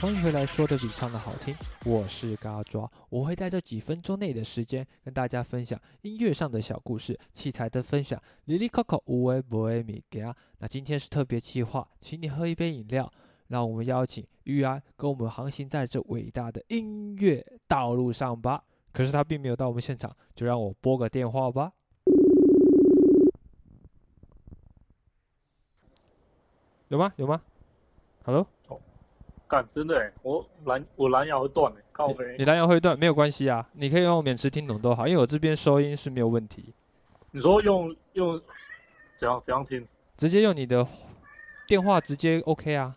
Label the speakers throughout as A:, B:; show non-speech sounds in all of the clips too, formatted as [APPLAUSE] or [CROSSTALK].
A: 欢迎回来，说的比唱的好听，我是嘎抓，我会在这几分钟内的时间跟大家分享音乐上的小故事、器材的分享。Lily Coco 无为不为米给啊，那今天是特别企划，请你喝一杯饮料。让我们邀请玉安跟我们航行在这伟大的音乐道路上吧。可是他并没有到我们现场，就让我拨个电话吧。有吗？有吗？Hello。
B: 干，真的欸，我蓝我蓝牙会断哎，靠
A: 你
B: 背。
A: 蓝牙会断没有关系啊，你可以用免持听懂都好，因为我这边收音是没有问题，
B: 你说用用怎样怎样听，
A: 直接用你的电话直接 OK 啊，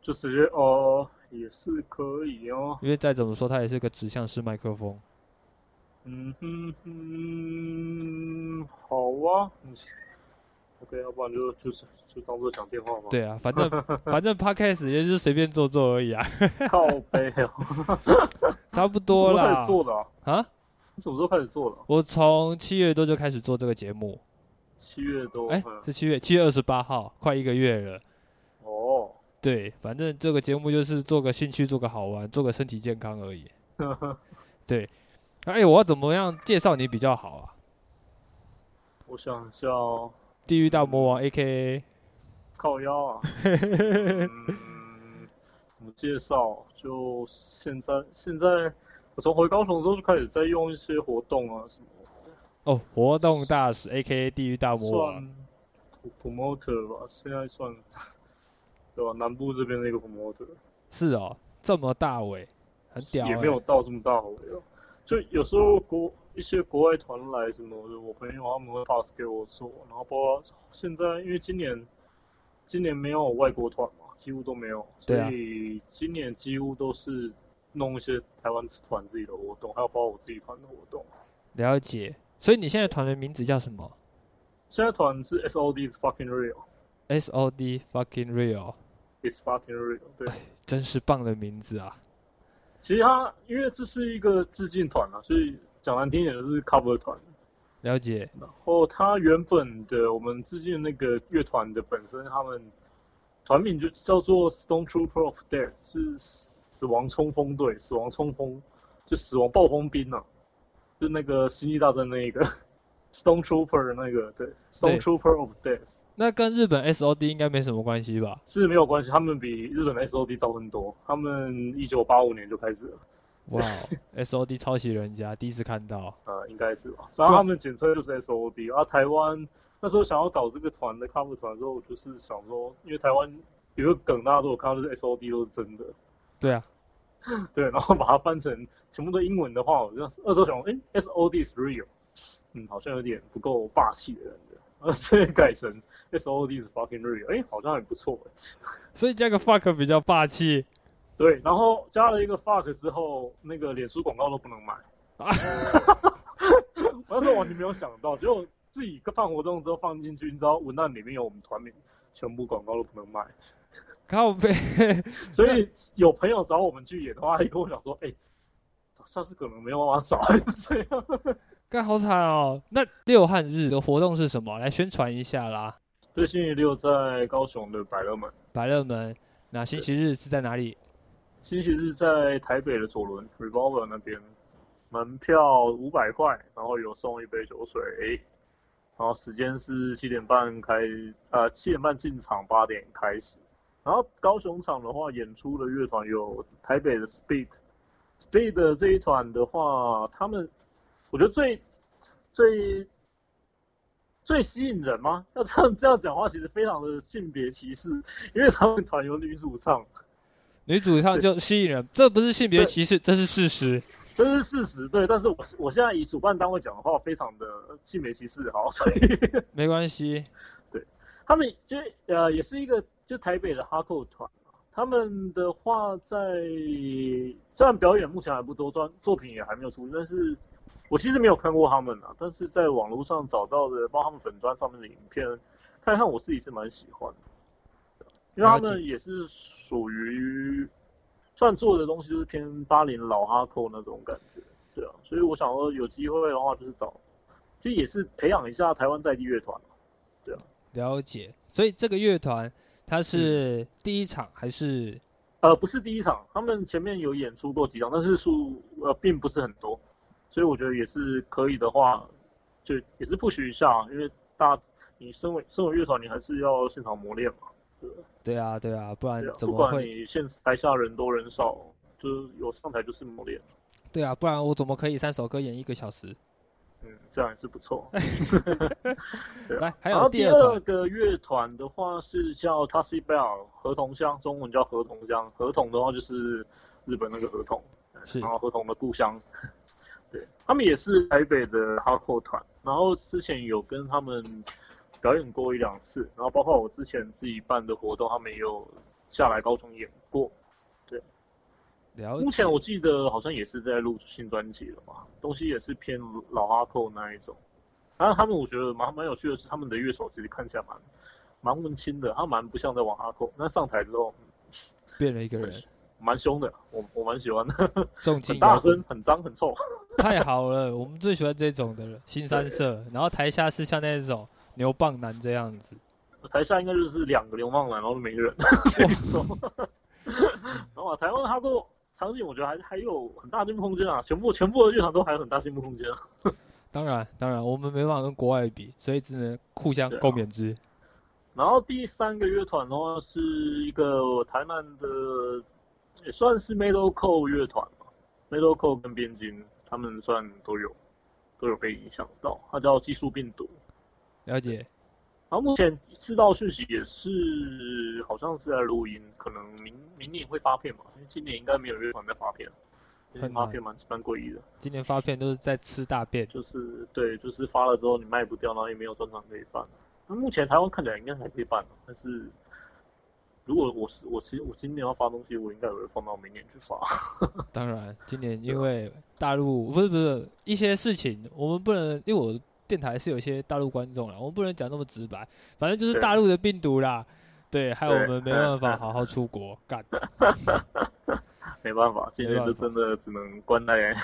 B: 就直接哦，也是可以哦。
A: 因为再怎么说它也是个指向式麦克风。
B: 嗯哼哼，好啊。嗯 OK，要不然就就是就当做讲电话吧。，
A: 对啊，反
B: [LAUGHS]
A: 正反正 Podcast 也就是随便做做而已啊，
B: 靠背哦。
A: 差不 [LAUGHS] 多
B: 你什么
A: 啦
B: 时候开始。做的啊？
A: 啊，
B: 你什么时候开始做的啊？
A: 我从七月多就开始做这个节目，
B: 七月多。
A: 哎、
B: 嗯
A: 是七月七月二十八号，快一个月了。
B: 哦。
A: 对，反正这个节目就是做个兴趣，做个好玩，做个身体健康而
B: [LAUGHS]
A: 已。对，哎、我要怎么样介绍你比较好啊？
B: 我想一下哦，
A: 地狱大
B: 嗯
A: 魔王 A.K.A.
B: 靠腰啊。嗯，怎么介绍？就现在，现在我从回高雄之后就开始在用一些活动啊，什么
A: 哦，活动大使 A.K.A. 地狱大魔王，
B: 算 promoter 吧，现在算对吧？南部这边的一个 promoter，
A: 是哦，这么大尾，很屌、欸，
B: 也没有到这么大好了。就有时候国一些国外团来什么的，我朋友他们会 pass 给我做，然后包括现在，因为今年今年没有外国团嘛，几乎都没有，所
A: 对啊
B: 以今年几乎都是弄一些台湾团自己的活动，还有包括我自己团的活动。
A: 了解。所以你现在团的名字叫什么
B: 现在团是 SOD is fucking real，is
A: ？S.O.D. fucking real，
B: fucking real，对。
A: 真是棒的名字啊！
B: 其实他因为这是一个致敬团嘛，所以讲难听一点就是 cover 团。
A: 了解，
B: 然后他原本的我们致敬那个乐团的本身，他们团名就叫做 Stone Trooper of Death，是死亡冲锋队，死亡冲锋就死亡暴风兵啊，就那个星际大战那一个 [LAUGHS] Stone Trooper 那个对
A: 对
B: Stone Trooper of Death
A: 那跟日本 S.O.D. 应该没什么关系吧？
B: 是没有关系，他们比日本的 SOD 早很多，他们一九八五年就开始了。
A: 哇、s
B: 哦
A: [LAUGHS] o d 抄袭人家，第一次看到。
B: 呃，应该是吧。然后他们简称就是 SOD。啊，台湾那时候想要搞这个团的 cover 团的时候，我就是想说，因为台湾有个梗，大家都有看到，就是 SOD 都是真的， [LAUGHS]
A: 对啊，
B: 对。然后把它翻成全部都英文的话，我就那时候想，哎、s o d is real，嗯，好像有点不够霸气的感觉。 [LAUGHS] 啊，所以改成 SOD is fucking real，哎、好像很不错、哎。
A: 所以加个 fuck 比较霸气。
B: 对，然后加了一个 fuck 之后，那个脸书广告都不能买。
A: 啊
B: 啊！ [LAUGHS] 我那时候完全没有想到，结果自己办活动之后放进去，你知道文案里面有我们团名，全部广告都不能卖。
A: 靠背， [LAUGHS]
B: 所以有朋友找我们去演的话，他也跟我讲说：“哎、下次可能没有办法找，还是这样。
A: 该好惨哦。那六汉日的活动是什么？来宣传一下啦，”
B: 所以星期六在高雄的百乐门，
A: 百乐门。那星期日是在哪里？
B: 星期日在台北的左轮 Revolver 那边，门票五百块，然后有送一杯酒水，然后时间是七点半开，呃，七点半进场，八点开始。然后高雄场的话，演出的乐团有台北的 Speed，Speed 的这一团的话，他们我觉得最最最吸引人吗？要这样这样讲话，其实非常的性别歧视，因为他们团有女主唱。
A: 女主唱就吸引人，这不是性别
B: 对
A: 歧视，这是事实。
B: 这是事实，对。但是我我现在以主办单位讲的话，非常的性别歧视，好，所以
A: 没关系，
B: 他们就呃也是一个就台北的哈扣团嘛，他们的话在虽然表演目前还不多，专作品也还没有出，但是我其实没有看过他们啊，但是在网络上找到的，包括他们粉砖上面的影片，看一看我自己是蛮喜欢的，因为他
A: 了
B: 们也是属于算做的东西就是偏八零老哈扣那种感觉，对啊，所以我想说有机会的话就是找，就也是培养一下台湾在地乐团。啊嗯
A: 了解。所以这个乐团它是第一场还是
B: 呃，不是第一场，他们前面有演出过几场，但是数呃并不是很多，所以我觉得也是可以的话，就也是不许一下，因为大你身为身为乐团，你还是要现场磨练嘛。
A: 对啊，对啊，不然
B: 对啊，
A: 怎
B: 不
A: 么
B: 管
A: 会？
B: 你现台下人多人少，就是有上台就是磨练，
A: 对啊，不然我怎么可以三首歌演一个小时？
B: 嗯，这样也是不错。对啊
A: 来，还
B: 然
A: 有
B: 后第
A: 二
B: 二
A: 团，
B: 个乐团的话是叫 t a s i Bell 合同箱，中文叫合同箱。合同的话就是日本那个合同，
A: 是
B: 然后合同的故乡。 [LAUGHS] 对，他们也是台北的 hardcore 团，然后之前有跟他们表演过一两次，然后包括我之前自己办的活动，他们也有下来高雄演过。
A: 了
B: 目
A: 解
B: 前我记得好像也是在录新专辑了嘛，东西也是偏老阿扣那一种。然后他们我觉得蛮蛮有趣的是，他们的乐手其实看起来蛮蛮文青的，他蛮不像在玩阿扣。那上台之后
A: 变了一个
B: 对
A: 人，
B: 蛮凶的，我我蛮喜欢的，
A: 重金
B: 很啊大
A: 摇滚 [LAUGHS]
B: 声，很脏，很臭。
A: 太好了，我们最喜欢这种的了，新三社。然后台下是像那种牛棒男这样子，
B: 台下应该就是两个流氓男，然后没人这种。然后啊台湾哈扣场景，我觉得还还有很大进步空间啊，全部全部的乐团都还有很大进步空间啊。
A: 当然当然，我们没办法跟国外比，所以只能互相
B: 对啊
A: 共勉之。
B: 然后第三个乐团的话是一个台南的，也算是 metalcore 乐团吧，metalcore 跟边境他们算都有都有被影响到，它叫技术病毒。
A: 了解，
B: 然后目前知道讯息也是好像是在录音，可能明明年会发片吧，因为今年应该没有乐团在发片，因为
A: 很难
B: 发片蛮蛮诡异的，
A: 今年发片都是在吃大便，
B: 就是对，就是发了之后你卖不掉，然后也没有专场可以办。那目前台湾看起来应该还可以办，但是如果我是我其实我今年要发东西，我应该也会放到明年去发。 [LAUGHS]
A: 当然，今年因为
B: 啊
A: 大陆不是不是一些事情，我们不能因为我电台是有一些大陆观众啦，我们不能讲那么直白，反正就是
B: 对
A: 大陆的病毒啦，对，害我
B: 对
A: 们没办法好好出国干。
B: 没办法，今年
A: 没办
B: 就
A: 法
B: 真的只能
A: [LAUGHS]
B: 关在 [LAUGHS]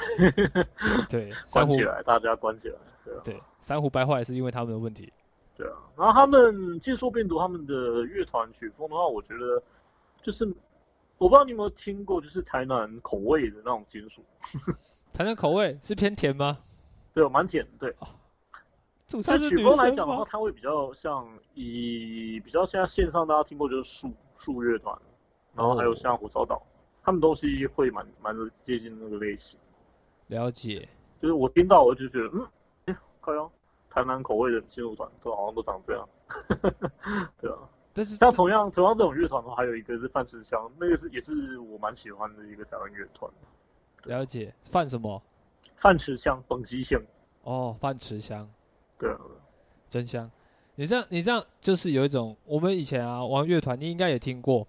A: 对，珊
B: 关
A: 瑚
B: 起来，大家关起来，对啊。
A: 对珊瑚白化也是因为他们的问题，
B: 对啊，然后他们技术病毒他们的乐团曲风的话，我觉得就是我不知道你有没有听过，就是台南口味的那种金属，
A: 台南口味是偏甜吗？
B: 对，蛮甜的。对，
A: 主唱
B: 在
A: 是
B: 曲
A: 女
B: 风来
A: 生
B: 讲的话，
A: 吗？
B: 它会比较像以比较现在线上大家听过就是树树乐团，然后还
A: 哦
B: 有像火烧岛，他们东西会蛮蛮接近那个类型。
A: 了解，
B: 就是我听到我就觉得，嗯，哎，靠腰，台南口味的金属团都好像都长这样， [LAUGHS] 对啊。
A: 但是
B: 像同样同样这种乐团的话，还有一个是范世香，那个是也是我蛮喜欢的一个台湾乐团，
A: 了解饭什么？
B: 范世香、本基香，
A: 哦，饭池香。
B: 对啊，
A: 真香！你这样，你这样就是有一种，我们以前啊玩乐团，你应该也听过，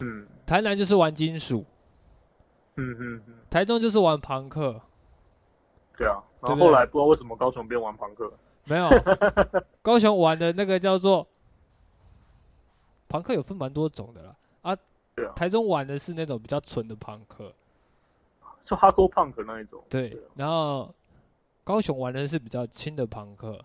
B: 嗯
A: 台南就是玩金属，
B: 嗯嗯嗯，
A: 台中就是玩朋克，
B: 对啊。然
A: 对
B: 后
A: 不对
B: 后来不知道为什么高雄变玩朋克，
A: 没
B: [LAUGHS]
A: 有，高雄玩的那个叫做朋克，有分蛮多种的啦。啊
B: 对啊，
A: 台中玩的是那种比较纯的朋克，
B: 就 hardcore punk 那一种，
A: 对
B: 对啊，
A: 然后高雄玩的是比较轻的朋克，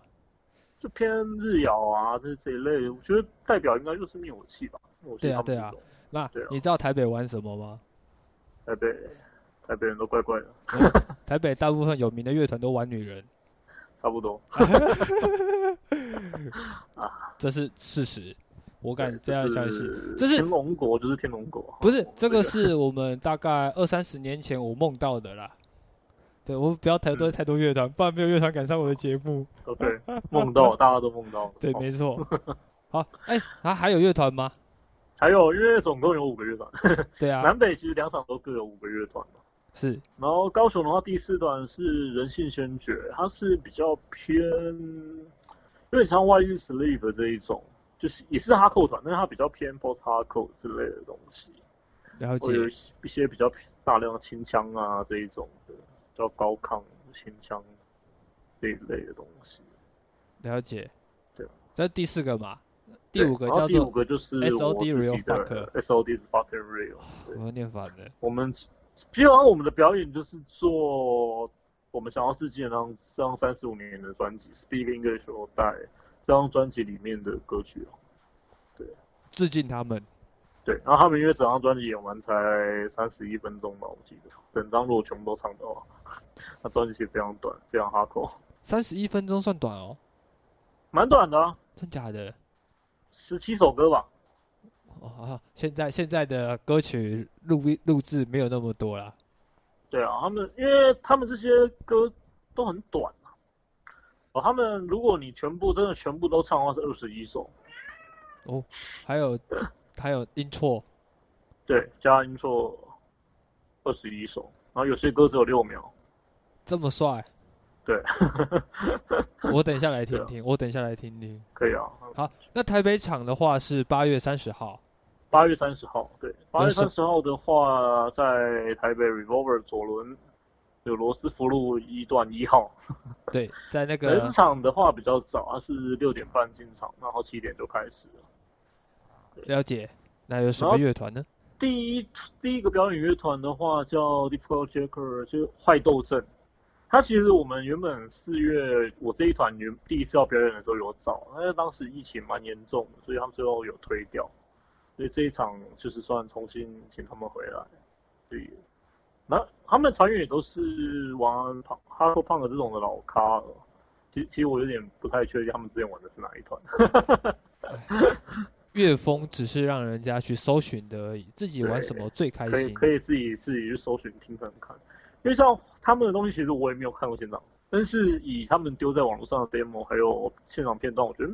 B: 就偏日谣啊这这一类，我觉得代表应该就是灭火器吧。我觉得他们
A: 对啊
B: 这种，
A: 那
B: 对啊
A: 你知道台北玩什么吗？
B: 台北台北人都怪怪的，
A: 台北大部分有名的乐团都玩女人，
B: 差不多。
A: 这是事实，我敢
B: 对
A: 这样相信。
B: 是
A: 这是
B: 天龙国，就是天龙国，
A: 不是，这个
B: 对
A: 是我们大概二三十年前我梦到的啦。对，我不要太多
B: 嗯
A: 太多乐团，不然没有乐团敢上我的节目。
B: 哦对，梦到大家都梦到，
A: [LAUGHS] 对，
B: 哦
A: 没
B: [LAUGHS]
A: 错。好，哎，啊，还有乐团吗？
B: 还有，因为总共有五个乐团，
A: 对啊，
B: 南北其实两场都各有五个乐团嘛
A: 是
B: 然后高雄的话，第四团是人性先觉，它是比较偏有点像 YG Sleep 这一种，就是也是哈扣团，但是它比较偏 post hardcore 之类的东西，
A: 了解
B: 会，有一些比较大量的清腔啊这一种的，比较高亢清腔这一类的东西。
A: 了解。
B: 对，
A: 这第四个嘛，第
B: 对
A: 五个
B: 然后
A: 叫
B: 第五
A: 做
B: 个就是我
A: SOD
B: 自己
A: Real Fucker
B: 的 SOD is fucking real。
A: 我要念反了。
B: 我们基本上我们的表演就是做我们想要致敬的那张这张三十五年的专辑《Speak English or Die》这张专辑里面的歌曲哦。
A: 致敬他们。
B: 对，然后他们因为整张专辑演完才三十一分钟吧，我记得，整张如果全部都唱的话，那专辑其实非常短，非常哈口，
A: 三十一分钟算短哦，
B: 蛮短的、啊，
A: 真假的？
B: 十七首歌吧。
A: 哦，啊现在现在的歌曲录录制没有那么多啦。
B: 对啊，他们因为他们这些歌都很短啊，哦，他们如果你全部真的全部都唱的话是二十一首，
A: 还
B: [LAUGHS]
A: 有还有音错，
B: 对，加音错二十一首，然后有些歌只有六秒，
A: 这么帅。
B: 对，
A: [LAUGHS] 我等一下来听
B: 对啊
A: 听，我等一下来听听。
B: 可以啊，
A: 好，那台北场的话是八月三十号，
B: 八月三十号，对，八月
A: 是
B: 三十号的话，在台北 Revolver 左轮有罗斯福路一段一号。
A: 对，啊在那
B: 本
A: 个
B: 场的话比较早，它是六点半进场，然后七点就开始了。
A: 了解。那有什么
B: 然后
A: 乐团呢？
B: 第一第一个表演乐团的话叫 Difficult Jacker，就是坏斗阵。他其实我们原本四月我这一团原第一次要表演的时候有找，但是当时疫情蛮严重的，所以他们最后有推掉。所以这一场就是算重新请他们回来。对，那他们团员也都是玩胖哈克胖的这种的老咖了。其实其实我有点不太确定他们之前玩的是哪一团。
A: 乐风只是让人家去搜寻的而已，自己玩
B: 对
A: 什么最开
B: 可以
A: 心？
B: 可以自己自己去搜寻听看看，因为像他们的东西，其实我也没有看过现场，但是以他们丢在网络上的 demo 还有现场片段，我觉得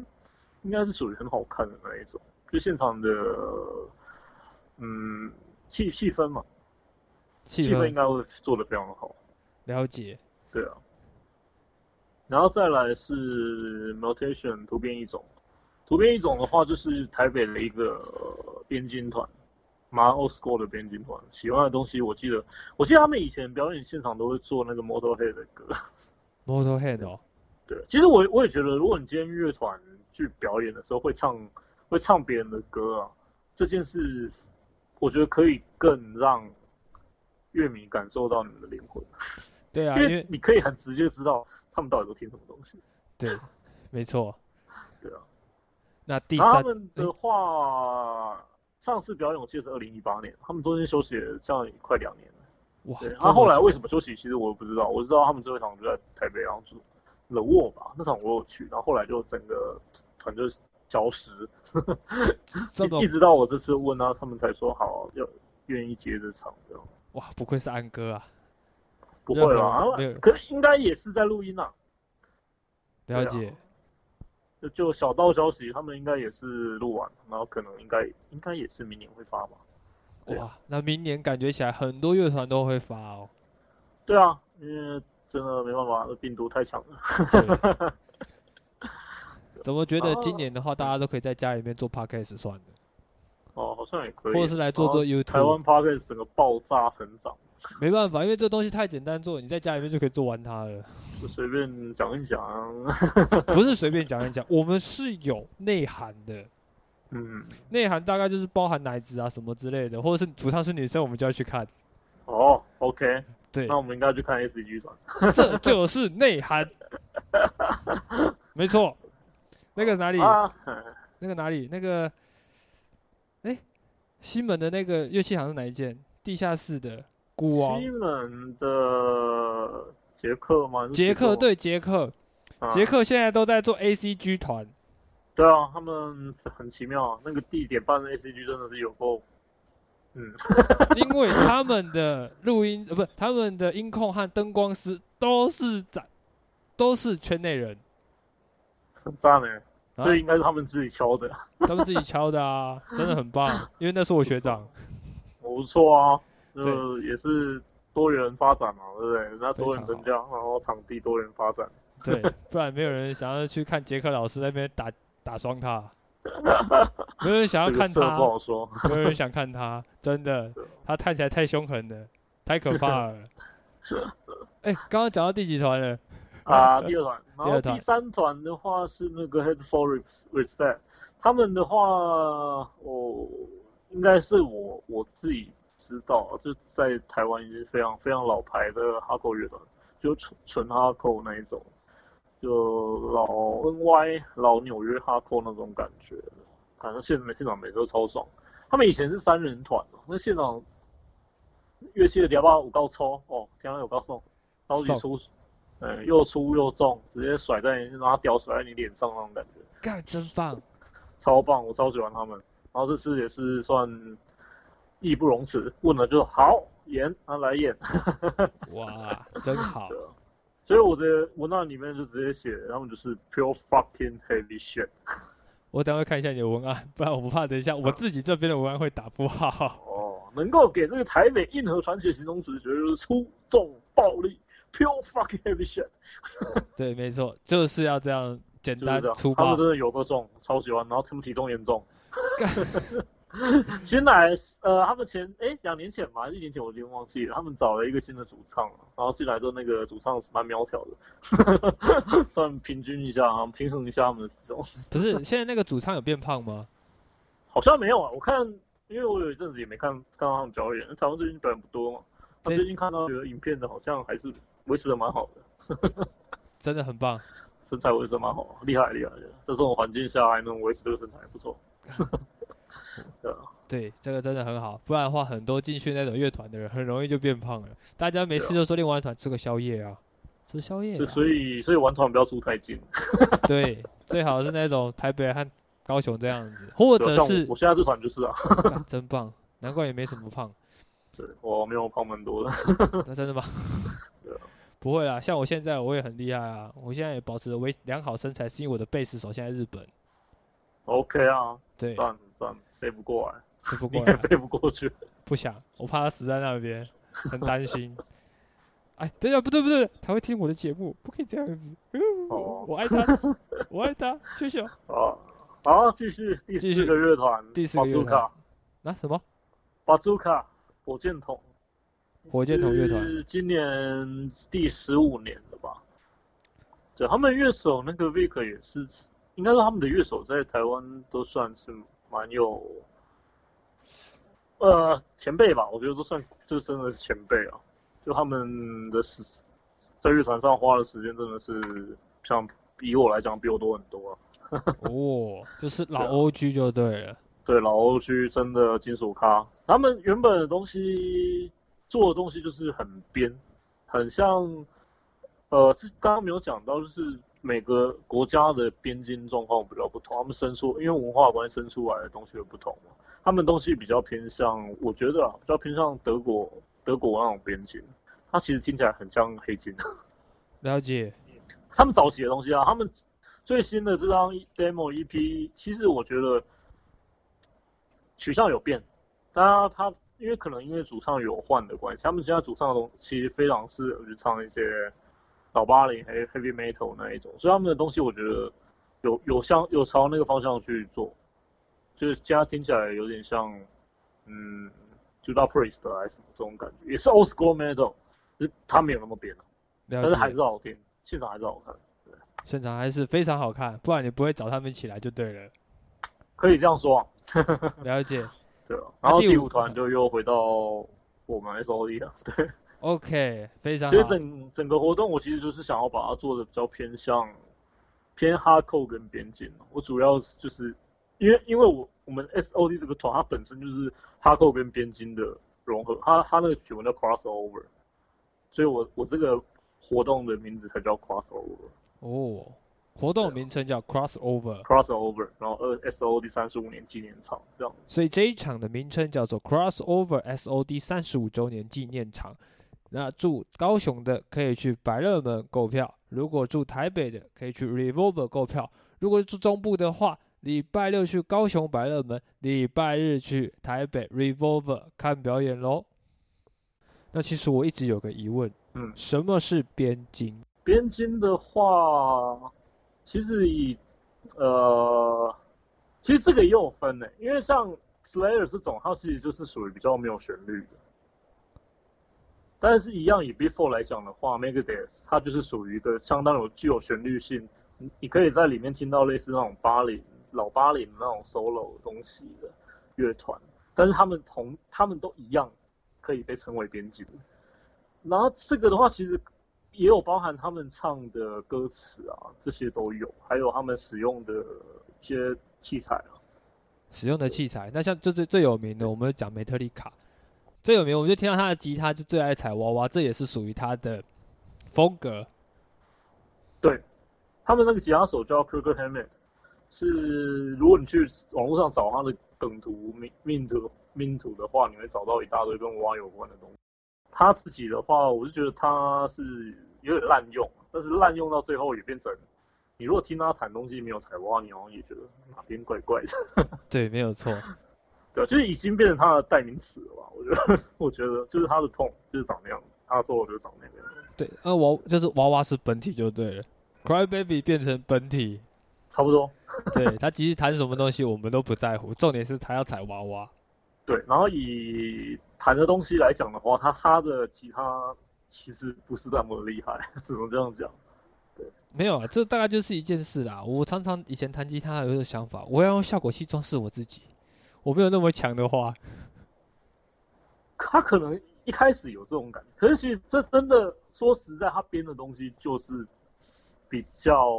B: 应该是属于很好看的那一种，就现场的嗯气气氛嘛，
A: 气
B: 气氛应
A: 氛
B: 该会做得非常好，
A: 了解。
B: 对啊。然后再来是 mutation 突变异种，突变异种的话就是台北的一个呃边境团，马 o s c o 的边境团，喜欢的东西我记得，我记得他们以前表演现场都会做那个 Motorhead 的歌。
A: Motorhead 哦，
B: 对，其实我我也觉得，如果你今天乐团去表演的时候会唱会唱别人的歌啊，这件事我觉得可以更让乐迷感受到你们的灵魂，
A: 对啊，
B: 因
A: 因
B: 为
A: 为
B: 你可以很直接知道他们到底都听什么东西。
A: 对，没错。
B: 对啊。
A: 那第
B: 然后他
A: 三哎
B: 们的话，上次表演我记得是二零一八年，他们中间休息了这样也快两年了。
A: 哇， [LAUGHS]
B: 对，
A: 这
B: 然后后
A: 么
B: 来
A: 久
B: 为什么休息，其实我不知道，我知道他们最后一场就在台北，然后住冷沃吧，那场我有去，然后后来就整个团队消失，
A: 这
B: 一
A: 么
B: 一直到我这次问他，他们才说好要愿意接这场这样。
A: 哇，不愧是安哥啊，
B: 不
A: 任
B: 会
A: 何
B: 吧？啊
A: 没有
B: 可是应该也是在录音啊，
A: 了
B: 对啊
A: 解。
B: 就就小道消息，他们应该也是录完，然后可能应该应该也是明年会发吧。对啊
A: 哇，那明年感觉起来很多乐团都会发
B: [LAUGHS]
A: 哦。
B: 对啊，因为真的没办法，病毒太强了。
A: 对怎么觉得今
B: 哦
A: 年的话，大家都可以在家里面做 podcast 算了，
B: 哦，好像也可
A: 或
B: 以。
A: 者是来做做
B: 然后台湾
A: YouTube？
B: p o c a s t 整个爆炸成长，
A: 没办法，因为这东西太简单做，你在家里面就可以做完它了，
B: 就随便讲一讲。
A: 不是随便讲一讲。我们是有内涵的，
B: 嗯，
A: 内涵大概就是包含奶子啊什么之类的，或者是主唱是女生，我们就要去看。
B: 哦，OK，
A: 对
B: 那，我们应该去看 S G 团。
A: 这就是内涵，没错。那个哪里？
B: 啊，
A: 那个哪里？那个，哎、西门的那个乐器行是哪一间？地下室的鼓王
B: 西门的杰克吗？是
A: 杰克，
B: 吗，
A: 对杰克，
B: 啊
A: 杰克现在都在做 A C G 团，
B: 对啊，他们很奇妙啊，那个地点办的 S G 真的是有够。 [LAUGHS] 嗯，
A: 因为他们的录音呃不，他们的音控和灯光师都是在都是圈内人，
B: 很赞呢，
A: 啊
B: 所以应该是他们自己敲的，
A: 他们自己敲的啊，真的很棒，因为那是我学
B: [LAUGHS]
A: 长，
B: 不错啊，
A: 对
B: 呃，也是多元发展嘛，对不对？人家多元
A: 非常
B: 增
A: 好
B: 加，然后场地多元发展。
A: 对， [LAUGHS] 不然没有人想要去看杰克老师那边打打双踏，
B: [LAUGHS]
A: 没有人想要
B: 这个
A: 看
B: 事
A: 他
B: 不。好说，
A: 没有人想看他，真
B: [LAUGHS]
A: 的，他看起来太凶狠了，太可怕了。哎、刚刚讲到第几团了？
B: 啊，第二团，然
A: 第二
B: 后
A: 团
B: 第三团的话是那个 Head for Respect，他们的话，我应该是我我自己知道，就在台湾已经非常非常老牌的哈扣乐团，就纯纯哈扣那一种，就老 NY 老纽约哈扣那种感觉，反正现现场每次都超爽。他们以前是三人团嘛，那现场乐器的条把五高抽哦，条把有高送，超级
A: 送
B: 粗，嗯，又粗又重，直接甩在你，拿屌甩在你脸上那种感觉，
A: 干真棒！
B: 超棒，我超喜欢他们。然后这次也是算义不容辞，问了就好演，啊来演。 [LAUGHS]
A: 哇，真好
B: 对！啊，所以我的文案里面就直接写，他们就是 pure fucking heavy shit。
A: 我等会看一下你的文案， [LAUGHS] 不然我不怕等一下我自己这边的文案会打不好。 [LAUGHS]
B: 哦，能够给这个台北硬核传奇的形容词，绝对就是粗重暴力，pure fucking heavy shit。
A: 对，没错，就是要这样简
B: 就是
A: 单
B: 这样，
A: 嗯粗
B: 他
A: 暴
B: 们。真的有够重，超喜欢，然后他们体重严重。 [LAUGHS] 新来，呃，他们前哎两年前吧，还是一年前我已经忘记了，他们找了一个新的主唱了，然后进来之后那个主唱是蛮苗条的， [LAUGHS] 算平均一下啊，平衡一下他们的体重。
A: 不是，现在那个主唱有变胖吗？
B: 好像没有啊，我看，因为我有一阵子也没看看到他们表演，台湾最近表演不多嘛。他
A: 对
B: 最近看到有影片的，好像还是维持的蛮好的，
A: 真的很棒。
B: 身材维持的蛮好，厉害厉害的。在这种环境下还能维持这个身材，不错。
A: 对，这个真的很好，不然的话，很多进去那种乐团的人很容易就变胖了。大家没
B: 对啊
A: 事就说练完团吃个宵夜啊，吃宵夜、
B: 所以
A: 啊。
B: 所以所以玩团不要住太近，
A: 对，最好是那种台北和高雄这样子，或
B: 对啊
A: 者
B: 像
A: 是
B: 我我现在这团就是啊， [LAUGHS]
A: 干真棒，难怪也没什么胖，
B: 对我没有胖蛮多的。 [LAUGHS]
A: 那真的吗 [LAUGHS]
B: 对啊？
A: 不会啦，像我现在我也很厉害啊，我现在也保持着维良好身材，是因为我的贝斯手现在在日本，
B: OK 啊，
A: 对，
B: 赞赞，飞不过来，
A: 是不
B: 你
A: 过
B: 也
A: 来，
B: 飞不过去。
A: 不想，我怕他死在那
B: [LAUGHS]
A: 边，很担心。哎，等一下，不对不对，他会听我的节目，不可以这样子。
B: 哦
A: [LAUGHS] 我爱他，我爱他，谢谢。
B: 啊，好，继续第
A: 继
B: 四
A: 续
B: 个乐团，
A: 第四个乐团
B: 卡，
A: 那、什么？
B: 巴祖卡，火箭筒。
A: 火箭筒乐团
B: 是今年第十五年了吧？对，他们乐手那个 Vic 也是，应该说他们的乐手在台湾都算是蛮有，呃，前辈吧，我觉得都算这真的是前辈啊。就他们的时在乐团上花的时间真的是像比我来讲比我多很多啊。
A: [LAUGHS] 哦，就是老
B: 对啊
A: OG 就对了。
B: 对，老欧区真的金属咖，他们原本的东西做的东西就是很编，很像，呃，这刚刚没有讲到，就是每个国家的边境状况比较不同，他们生出因为文化关系生出来的东西会不同嘛，他们东西比较偏向，我觉得、啊、比较偏向德国德国那种边境，它其实听起来很像黑金。
A: 了解，
B: 他们早期的东西啊，他们最新的这张 demo EP，其实我觉得取向有变，当然他因为可能因为主唱有换的关系，他们现在主唱的东其实非常适合去唱一些老八零黑 heavy metal 那一种，所以他们的东西我觉得有有向有朝那个方向去做，就是现在听起来有点像嗯 Judas Priest 还是什么这种感觉，也是 old school metal，只是他没有那么扁了、
A: 了
B: 但
A: 解。
B: 是还是好听，现场还是好看。
A: 现场还是非常好看，不然你不会找他们一起来就对了。
B: 可以这样说、啊，
A: 了解。
B: 对啊。
A: 那
B: 然后
A: 第
B: 第
A: 五
B: 五团就又回到我们 SOE 了，对。
A: 啊 OK，非常
B: 其实
A: 好。
B: 整整个活动我其实就是想要把它做的比较偏向偏哈扣跟边境哦我主要是就是因为因为我我们 SOD 这个团它本身就是哈扣跟边境的融合，它它那个曲目叫 crossover，所以我我这个活动的名字才叫 crossover，crossover，
A: 哦，活
B: 啊
A: 动名称叫 Crossover，
B: 然后二 SOD 三十五年纪念场这样。
A: 所以这一场的名称叫做 Crossover SOD 三十五周年纪念场。那住高雄的可以去百乐门购票，如果住台北的可以去 Revolver 购票，如果住中部的话，礼拜六去高雄百乐门，礼拜日去台北 Revolver 看表演喽。那其实我一直有个疑问，
B: 嗯
A: 什么是边境？
B: 边境的话，其实以呃，其实这个也有分呢，因为像 Slayer 这种，它其实就是属于比较没有旋律的。但是，一样以 Before 来讲的话，Megadeth 它就是属于一个相当有具有旋律性，你你可以在里面听到类似那种八零老八零那种 solo 东西的乐团，但是他们同他们都一样可以被称为边境。然后这个的话，其实也有包含他们唱的歌词啊，这些都有，还有他们使用的一些器材啊。
A: 使用的器材。那像就是最有名的，我们就讲梅特利卡，最有名，我们就听到他的吉他就最爱踩娃娃，这也是属于他的风格。
B: 他们那个吉他手叫 Kirk Hammett，是如果你去网络上找他的梗图、命命图、命图的话，你会找到一大堆跟娃娃有关的东西。他自己的话，我就觉得他是有点滥用，但是滥用到最后也变成，你如果听他弹东西没有踩娃娃，你好像也觉得哪边怪怪的。
A: 对，没有错。
B: 对，就是已经变成他的代名词了吧？我觉得， [LAUGHS] 我觉得就是他的痛就是长那样子，他说我就长那样子，
A: 对，那娃就是娃娃是本体就对了，Cry Baby 变成本体，
B: 差不多。
A: 对他其实弹什么东西我们都不在乎，重点是他要踩娃娃。
B: 对，然后以弹的东西来讲的话，他他的吉他其实不是那么厉害， [LAUGHS] 只能这样讲。
A: 没有啊，这大概就是一件事啦。我常常以前弹吉他有一个想法，我要用效果器装饰我自己。我没有那么强的话，
B: 他可能一开始有这种感觉，可是其实这真的说实在，他编的东西就是比较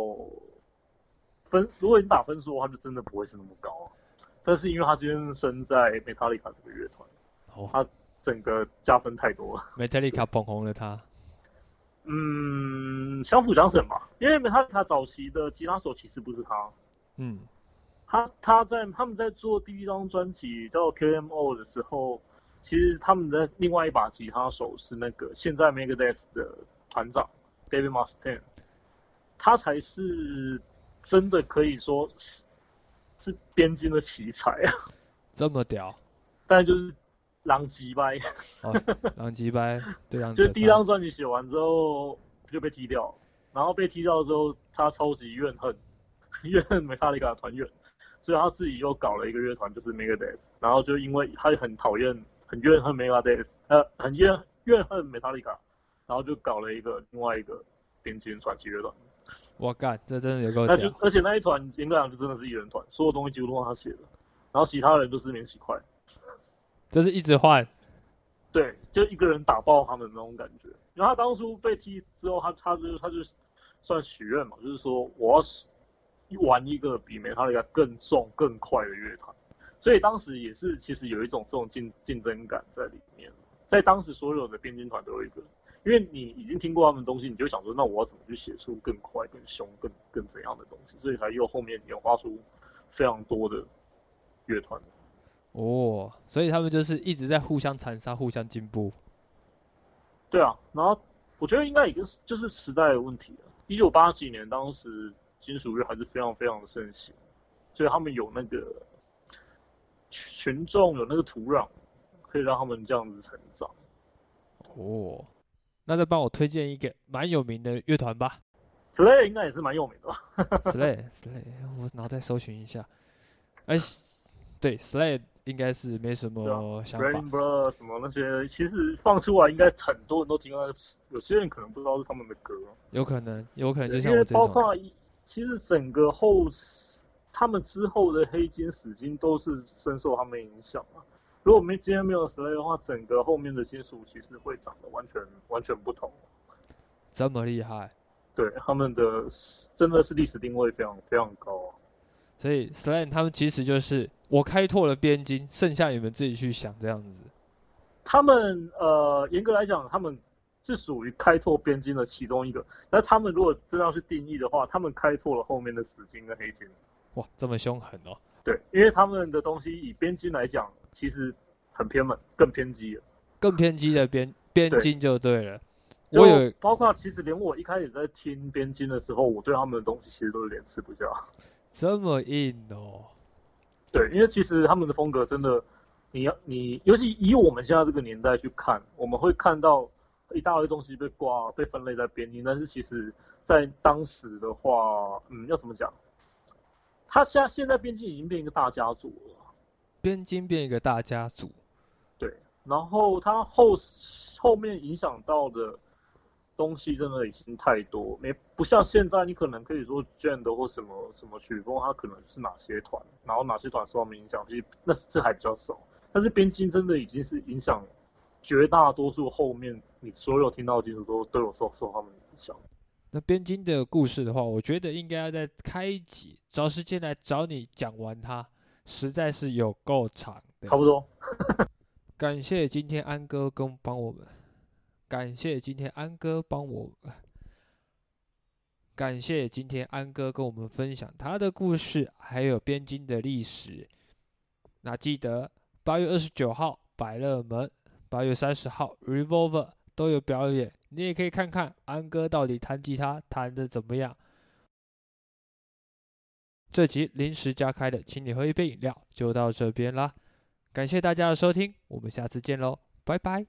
B: 分，如果你打分数的话，就真的不会是那么高、啊。但是因为他今天身在 Metallica 这个乐团，
A: 哦
B: 啊整个加分太多了。
A: ，Metallica 捧红了他。
B: 嗯，相辅相成吧，因为 Metallica 早期的吉他手其实不是他，
A: 嗯，
B: 他他在他们在做第一张专辑叫 KMO 的时候，其实他们的另外一把吉他手是那个现在 Megadeth 的团长 David Mustaine，他才是真的可以说是是边境的奇才啊，
A: 这么屌，
B: 但就是狼藉掰，
A: 哦，狼藉掰，对狼
B: 就
A: 藉
B: 是第一张专辑写完之后就被踢掉，然后被踢掉之后他超级怨恨， [LAUGHS] 怨恨 Metallica 的团员，所以他自己又搞了一个乐团，就是 Megadeth，然后就因为他很讨厌、很怨恨 Megadeth，呃，很怨怨恨 Metallica，然后就搞了一个另外一个边境传奇乐团，
A: 我干，这真的有够
B: 那就
A: 屌。
B: 而且那一团严格讲就真的是一人团，所有东西几乎都是他写的，然后其他人就是免洗块，
A: 就是一直换，
B: 对，就一个人打爆他们那种感觉。然后他当初被踢之后，他他就他就算许愿嘛，就是说我要是玩一个比梅塔利亚更重更快的乐团，所以当时也是其实有一种这种竞竞争感在里面，在当时所有的边军团都有一个，因为你已经听过他们的东西，你就想说那我要怎么去写出更快、更凶、更更怎样的东西，所以才又后面演化出非常多的乐团。
A: 哦，所以他们就是一直在互相残杀、互相进步。
B: 对啊，然后我觉得应该也就是就是时代的问题了。一九八几年当时金属乐还是非常非常的盛行，所以他们有那个群群众有那个土壤，可以让他们这样子成长。
A: 哦，那再帮我推荐一个蛮有名的乐团
B: [LAUGHS]
A: 吧
B: Slay 应该也是蛮有名的吧？
A: ，Slay Slay，我脑袋搜寻一下。哎，对，Slay 应该是没什么想
B: b r a
A: 法
B: n。Blur 什么那些，其实放出来应该很多人都听到，有些人可能不知道是他们的歌。
A: 有可能，有可能就
B: 因
A: 像
B: 为
A: 我这
B: 包
A: 种，
B: 括一其实整个后，他们之后的黑金、死金都是深受他们影响嘛。如果没今天没有 Slay 的话，整个后面的金属其实会长得完全完全不同。
A: 这么厉害。
B: 对，他们的真的是历史定位非常非常高、啊。
A: 所以 Slay 他们其实就是我开拓了边境，剩下你们自己去想这样子。
B: 他们呃，严格来讲，他们是属于开拓边境的其中一个。那他们如果真的要去定义的话，他们开拓了后面的死金跟黑金。
A: 哇，这么凶狠哦！
B: 对，因为他们的东西以边境来讲，其实很偏门，更偏激了。
A: 更偏激的边边境就对了。
B: 就
A: 我有
B: 包括其实连我一开始在听边境的时候，我对他们的东西其实都有点吃不消。
A: 这么硬哦。
B: 对，因为其实他们的风格真的，你要你尤其以我们现在这个年代去看，我们会看到一大堆东西被挂被分类在边境，但是其实在当时的话，嗯，要怎么讲？他现在现在边境已经变一个大家族了。
A: 边境变一个大家族，
B: 然后他后后面影响到的东西真的已经太多，没不像现在你可能可以说 Jand 或什么什么曲风，它可能是哪些团，然后哪些团受他们影响，其实那是这还比较少。但是边境真的已经是影响绝大多数后面你所有听到的金属都都有受受他们影响。
A: 那边境的故事的话，我觉得应该要再开一集，找时间来找你讲完它。实在是有够长的。
B: 差不多。
A: 感谢今天安哥跟帮我们，感谢今天安哥帮我，感谢今天安哥跟我们分享他的故事，还有边境的历史。那记得八月二十九号百乐门，八月三十号 Revolver 都有表演，你也可以看看安哥到底弹吉他弹的怎么样。这集临时加开的，请你喝一杯饮料，就到这边啦。感谢大家的收听，我们下次见喽，拜拜。